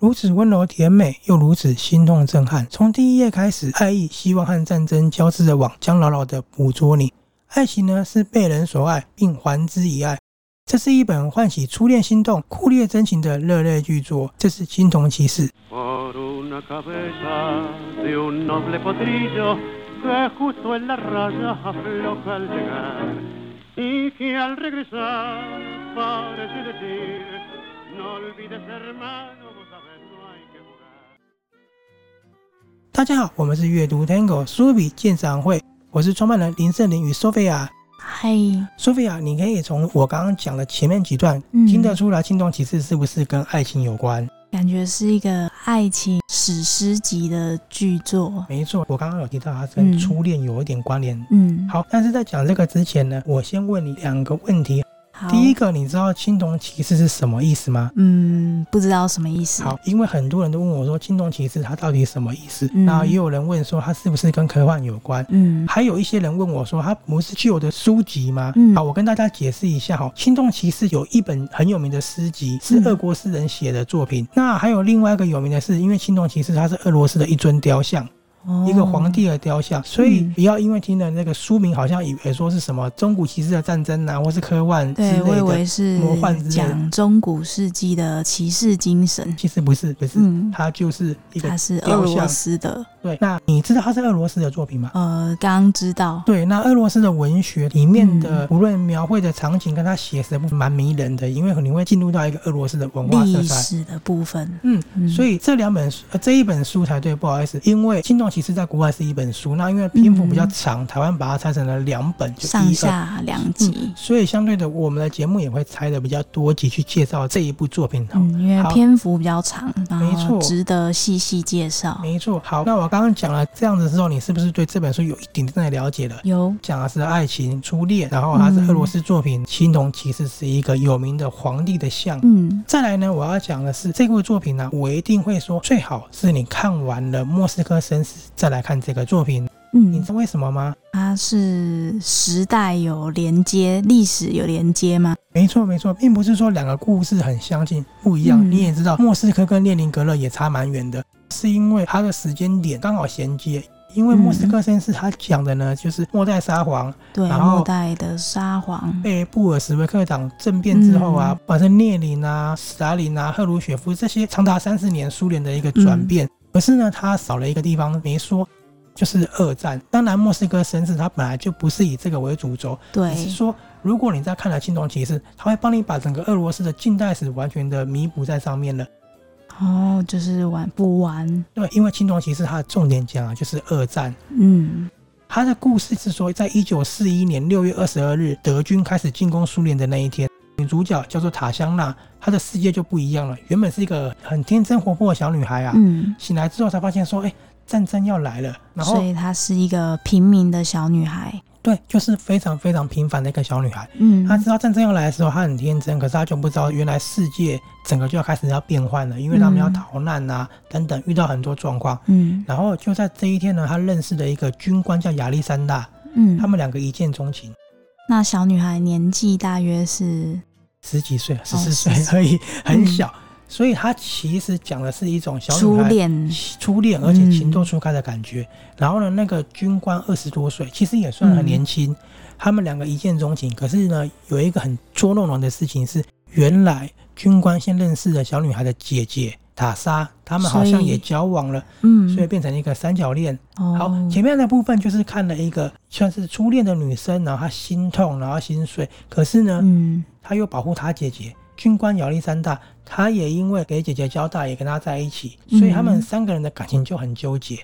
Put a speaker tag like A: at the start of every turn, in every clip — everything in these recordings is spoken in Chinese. A: 如此温柔甜美，又如此心痛震撼。从第一页开始，爱意、希望和战争交织的网将牢牢地捕捉你。爱情呢，是被人所爱，并还之以爱。这是一本唤起初恋心动、酷烈真情的热泪巨作。这是《青铜骑士》。
B: por una cabeza de un noble potrillo que justo en la raya afloja al llegar y que al regresar parece decir no olvides hermano vos sabés no hay que jugar
A: 大家好，我们是阅读 Tango 苏比鉴赏会，我是创办人林圣林与 Sophia。
C: 嗨，
A: Sophia，你可以从我刚刚讲的前面几段、
C: 嗯
A: 听得出来，《青铜骑士》是不是跟爱情有关？
C: 感觉是一个爱情史诗级的巨作。
A: 没错，我刚刚有提到它跟
C: 嗯
A: 初恋有一点关联。
C: 嗯，
A: 好，但是在讲这个之前呢，我先问你两个问题。
C: 好
A: 第一，个，你知道青铜骑士是什么意思吗？
C: 嗯，不知道什么意思。
A: 好，因为很多人都问我说青铜骑士它到底什么意思，
C: 嗯
A: 然后也有人问说它是不是跟科幻有关。
C: 嗯，
A: 还有一些人问我说：“它不是旧的书籍吗？”
C: 嗯
A: 好，我跟大家解释一下哈，《青铜骑士》有一本很有名的诗集，是
C: 嗯
A: 俄国诗人写的作品。那还有另外一个有名的是，因为《青铜骑士》它是俄罗斯的一尊雕像，
C: 哦
A: 一个皇帝的雕像，所以
C: 嗯
A: 不要因为听了那个书名，好像以为说是什么中古骑士的战争啊，或是科幻之
C: 对，我以
A: 类的
C: 为，是
A: 魔幻之类的
C: 讲中古世纪的骑士精神。
A: 其实不是，不是，
C: 嗯，
A: 它就是一个
C: 它是俄
A: 雕像
C: 罗斯的。
A: 对。那你知道它是俄罗斯的作品吗？
C: 呃，刚知道。
A: 对，那俄罗斯的文学里面的，无论描绘的场景跟它写实的部分，蛮迷人的，因为你会进入到一个俄罗斯的文化色
C: 历
A: 彩。
C: 史的部分，
A: 嗯，
C: 嗯
A: 所以这两本书、呃，这一本书才对，不好意思，因为《青铜骑士》在国外是一本书，那因为篇幅比较长，台湾把它拆成了两本，就
C: 上
A: 一二
C: 下两集
A: 嗯，，所以相对的，我们的节目也会拆的比较多集去介绍这一部作品。好，
C: 嗯，因为
A: 好
C: 篇幅比较长，然
A: 没错
C: 后值得细细介绍。
A: 没错。好，那我刚刚讲了这样子之后，你是不是对这本书有一点点的了解了？
C: 有，
A: 讲的是爱情、初恋，然后它是俄罗斯作品《青铜骑士》是一个有名的皇帝的像。
C: 嗯，
A: 再来呢，我要讲的是这部作品呢、我一定会说，最好是你看完了《莫斯科绅士》再来看这个作品。你
C: 嗯
A: 知，道为什么吗？
C: 它是时代有连接，历史有连接吗？
A: 没错，没错，并不是说两个故事很相近，不一样。
C: 嗯
A: 你也知道，莫斯科跟列宁格勒也差蛮远的，是因为它的时间点刚好衔接。因为
C: 嗯
A: 莫斯科绅士他讲的呢，就是末代沙皇
C: 对，
A: 然后
C: 末代的沙皇，
A: 被布尔什维克党政变之后啊，
C: 嗯
A: 不管是列宁啊、斯大林啊、赫鲁雪夫这些长达三十年苏联的一个转变。
C: 嗯
A: 可是呢，他少了一个地方没说，就是二战。当然，莫斯科绅士他本来就不是以这个为主轴，只是
C: 对，
A: 说，如果你在看了《青铜骑士》，它会帮你把整个俄罗斯的近代史完全的弥补在上面了。
C: 哦，就是玩补完，
A: 对，因为《青铜骑士》它的重点讲啊，就是二战。
C: 嗯
A: 它的故事是说，在一九四一年六月二十二日，德军开始进攻苏联的那一天，女主角叫做塔香娜，她的世界就不一样了。原本是一个很天真活泼的小女孩啊，
C: 嗯，
A: 醒来之后才发现说，哎、战争要来了。然
C: 所
A: 后，
C: 以她是一个平民的小女孩，
A: 对，就是非常非常平凡的一个小女孩。
C: 嗯，
A: 他知道战争要来的时候，他很天真，可是他就不知道原来世界整个就要开始要变换了，因为他们要逃难啊、等等，遇到很多状况。
C: 嗯
A: 然后就在这一天呢，他认识了一个军官叫亚历山大，
C: 嗯，
A: 他们两个一见钟情，
C: 那小女孩年纪大约是，
A: 十几岁、十四
C: 哦十
A: 岁
C: 四嗯
A: 而已，很小，所以他其实讲的是一种小
C: 初
A: 女孩。
C: 恋，
A: 初恋，而且
C: 嗯
A: 情窦初开的感觉。然后呢，那个军官二十多岁，其实也算很年轻。他们两个一见钟情，可是呢，有一个很捉弄人的事情是，原来军官先认识了小女孩的姐姐塔莎，他们好像
C: 所以
A: 也交往了，
C: 嗯，
A: 所以变成一个三角恋。
C: 哦，
A: 好，前面的部分就是看了一个算是初恋的女生，然后她心痛，然后心碎，可是呢，
C: 嗯
A: 他又保护他姐姐。军官亚历山大，他也因为给姐姐交代，也跟他在一起，所以他们
C: 嗯
A: 三个人的感情就很纠结。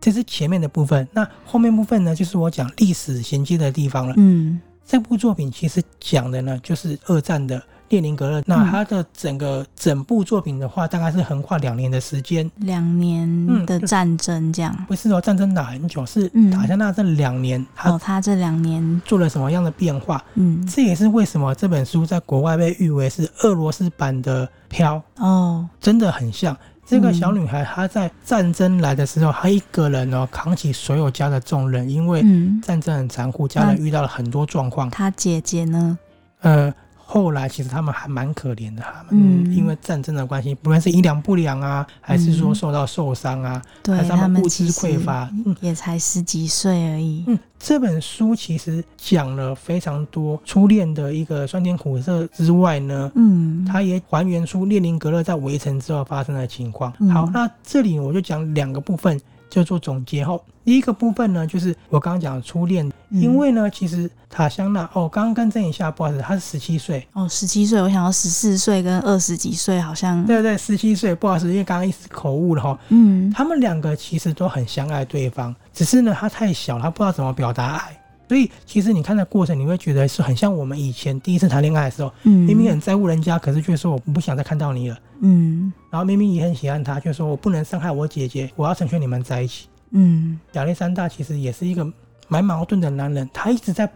A: 这是前面的部分，那后面部分呢，就是我讲历史衔接的地方了。
C: 嗯
A: 这部作品其实讲的呢，就是二战的列宁
C: 嗯
A: 格勒。那它的整个整部作品的话，大概是横跨两年的时间，
C: 两
A: 嗯
C: 年的战争这样，
A: 不是哦，战争打很久，是
C: 嗯
A: 打下那这两年，他
C: 哦，她这两年，
A: 做了什么样的变化？
C: 嗯
A: 这也是为什么这本书在国外被誉为是俄罗斯版的《飘》。
C: 哦，
A: 真的很像。这个
C: 嗯
A: 小女孩，她在战争来的时候，她一个人哦扛起所有家的重任，因为
C: 嗯，
A: 战争很残酷，家
C: 那
A: 人遇到了很多状况。
C: 她姐姐呢？
A: 呃，后来其实他们还蛮可怜的，他们、
C: 嗯
A: 因为战争的关系，不论是营养不良啊，还是说受到受伤啊，还
C: 对
A: 是他
C: 们
A: 物
C: 其
A: 资
C: 实
A: 匮乏，嗯
C: 也才十几岁而已。
A: 嗯，这本书其实讲了非常多初恋的一个酸甜苦涩之外呢，
C: 嗯，
A: 它也还原出列宁格勒在围城之后发生的情况。
C: 嗯
A: 好，那这里我就讲两个部分，就做总结后。第一个部分呢，就是我刚刚讲的初恋，
C: 嗯
A: 因为呢，其实塔香娜哦，刚刚更正一下，不好意思，她是十七岁，
C: 哦，十七岁，我想要十四岁跟二十几岁好像，
A: 对对，十七岁，不好意思，因为刚刚一时口误了哈。
C: 嗯，
A: 他们两个其实都很相爱对方，只是呢，他太小了，他不知道怎么表达爱。所以其实你看的过程，你会觉得是很像我们以前第一次谈恋爱的时候，
C: 嗯
A: 明明很在乎人家，可是却说我不想再看到你了。
C: 嗯
A: 然后明明也很喜欢他，却说我不能伤害我姐姐，我要成全你们在一起。
C: 嗯
A: 亚历山大其实也是一个蛮矛盾的男人，他一直在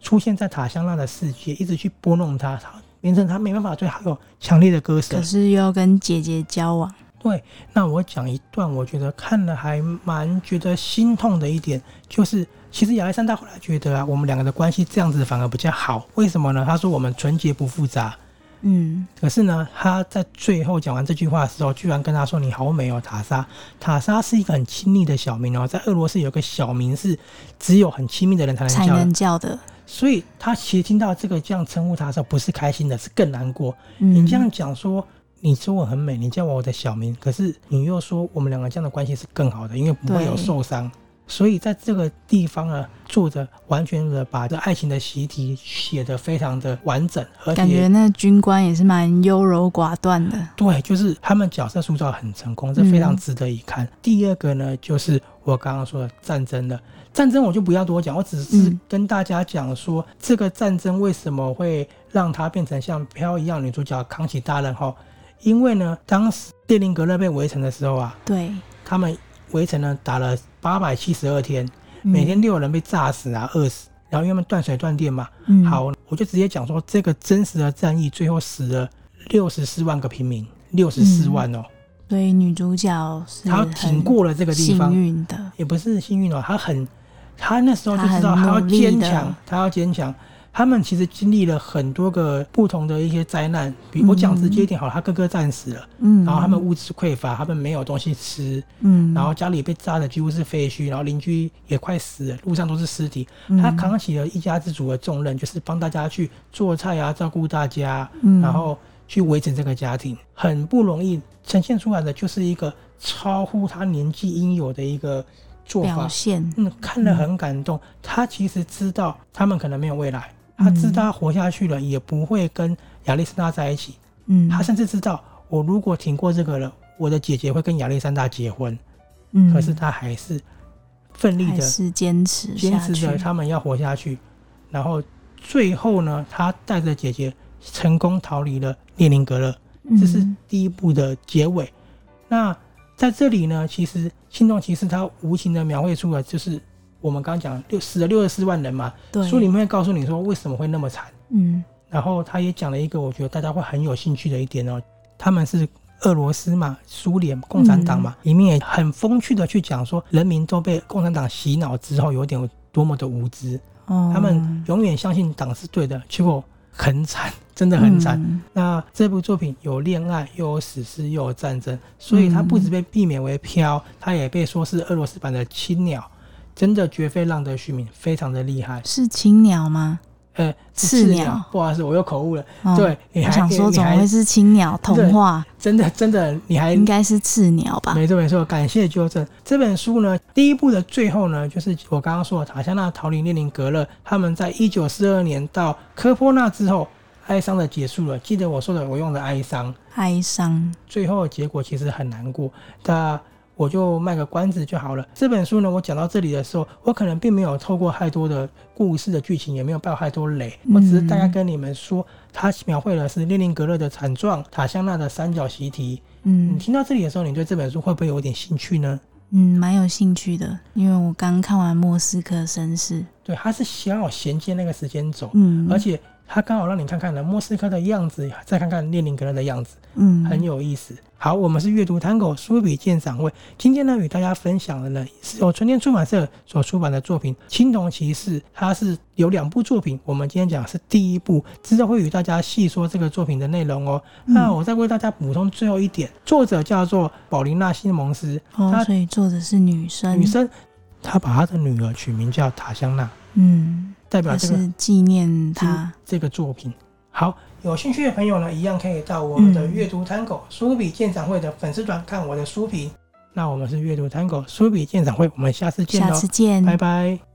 A: 出现在塔香娜的世界，一直去拨弄她，他变成他没办法对他有强烈的割舍
C: 可。是又要跟姐姐交往，
A: 对，那我讲一段，我觉得看了还蛮觉得心痛的一点，就是其实亚历山大后来觉得啊，我们两个的关系这样子反而比较好，为什么呢？他说我们纯洁不复杂，
C: 嗯
A: 可是呢，他在最后讲完这句话的时候，居然跟他说：“你好美哦，塔莎。”塔莎是一个很亲密的小名哦，在俄罗斯有个小名是只有很亲密的人才能
C: 才
A: 叫的
C: 能，叫的，
A: 所以他其实听到这个这样称呼他的时候，不是开心的，是更难过。
C: 嗯，
A: 你这样讲说，你说我很美，你叫我我的小名，可是你又说我们两个这样的关系是更好的，因为不会有
C: 对
A: 受伤。所以在这个地方呢，作者完全的把这爱情的习题写得非常的完整，而
C: 感觉
A: 且
C: 那军官也是蛮优柔寡断的，
A: 对，就是他们角色塑造很成功，这非
C: 嗯
A: 常值得一看。第二个呢，就是我刚刚说的战争了。战争我就不要多讲，我只是
C: 嗯
A: 跟大家讲说，这个战争为什么会让它变成像飘一样女主角扛起大任后，因为呢，当时列宁格勒被围城的时候啊，
C: 对，
A: 他们围城呢打了八百七十二天，
C: 嗯
A: 每天六人被炸死啊、饿死，然后因为他们断水断电嘛，
C: 嗯
A: 好，我就直接讲说，这个真实的战役最后死了六十四万个平民，六十四万哦，
C: 所以女主角是
A: 他挺过了这个
C: 嗯很
A: 地
C: 幸
A: 方，
C: 运的，
A: 也不是幸运哦，他很，他那时候就知道
C: 他很
A: 他要
C: 努力
A: 坚
C: 的
A: 强，他要坚强。他们其实经历了很多个不同的一些灾难，比我讲直接一点好了，他哥哥战死了，
C: 嗯，
A: 然后他们物资匮乏，他们没有东西吃，
C: 嗯，
A: 然后家里被炸的几乎是废墟，然后邻居也快死了，路上都是尸体。
C: 嗯
A: 他扛起了一家之主的重任，就是帮大家去做菜啊，照顾大家，
C: 嗯
A: 然后去维持这个家庭，很不容易。呈现出来的就是一个超乎他年纪应有的一个做
C: 表
A: 法。
C: 现，
A: 嗯，看了很感动。他其实知道他们可能没有未来，
C: 嗯
A: 他知道他活下去了也不会跟亚历山大在一起，
C: 嗯，
A: 他甚至知道我如果挺过这个了，我的姐姐会跟亚历山大结婚。
C: 嗯，
A: 可是他还是奋力
C: 还
A: 的
C: 是坚持
A: 坚
C: 下
A: 持
C: 去
A: 着他们要活下去。然后最后呢，他带着姐姐成功逃离了列宁格勒，这是
C: 嗯
A: 第一部的结尾。那在这里呢，其实《心动骑士》它无情的描绘出了，就是我们刚刚讲六死了六十四万人嘛，
C: 对
A: 书里面会告诉你说为什么会那么惨。
C: 嗯
A: 然后他也讲了一个我觉得大家会很有兴趣的一点哦，他们是俄罗斯嘛，苏联共产党
C: 嗯
A: 嘛，里面也很风趣的去讲说，人民都被共产党洗脑之后有点多么的无知，
C: 哦，
A: 他们永远相信党是对的，结果很惨，真的很惨。
C: 嗯
A: 那这部作品有恋爱，又有史诗，又有战
C: 嗯
A: 争，所以它不止被避免为飘，它也被说是俄罗斯版的青鸟，真的绝非浪得虚名，非常的厉害。
C: 是青鸟吗？
A: 呃，是
C: 赤
A: 赤
C: 鸟
A: 鸟，不好意思，我又口误了。
C: 哦
A: 对，你
C: 我
A: 还
C: 想说
A: 你
C: 怎么
A: 还
C: 会是青鸟？
A: 对
C: 童话
A: 真的真的，你还
C: 应该是赤鸟吧？
A: 没错没错，感谢纠正。这本书呢，第一部的最后呢，就是我刚刚说的塔香娜逃离列宁格勒，他们在一九四二年到科波纳之后，哀伤的结束了。记得我说的，我用的哀伤，
C: 哀伤，
A: 最后的结果其实很难过。那我就卖个关子就好了。这本书呢，我讲到这里的时候，我可能并没有透过太多的故事的剧情，也没有爆太多雷，我只是大概跟你们说，它描绘的是列宁格勒的惨状，塔香娜的三角习题，你
C: 嗯
A: 听到这里的时候，你对这本书会不会有点兴趣呢？
C: 嗯，蛮有兴趣的，因为我刚看完《莫斯科绅士》，
A: 对，它是想要衔接那个时间轴，
C: 嗯，
A: 而且它刚好让你看看了莫斯科的样子，再看看列宁格勒的样子，
C: 嗯，
A: 很有意思。好，我们是阅读 Tango 书笔鉴赏会，今天呢与大家分享的呢是由春天出版社所出版的作品《青铜骑士》，它是有两部作品，我们今天讲的是第一部，之后会与大家细说这个作品的内容哦。那我再为大家补充最后一点，作者叫做保琳娜·西蒙斯，
C: 哦，
A: 她
C: 所以作者是女生，
A: 女，生，她把她的女儿取名叫塔香娜，
C: 嗯，
A: 代表
C: 就
A: 这个
C: 是纪念她，
A: 这个作品。好，有兴趣的朋友呢，一样可以到我们的
C: 嗯
A: 阅读 Tango 书笔鉴赏会的粉丝团看我的书评。那我们是阅读 Tango 书笔鉴赏会，我们下次见
C: 下
A: 喽
C: 次，见，
A: 拜拜。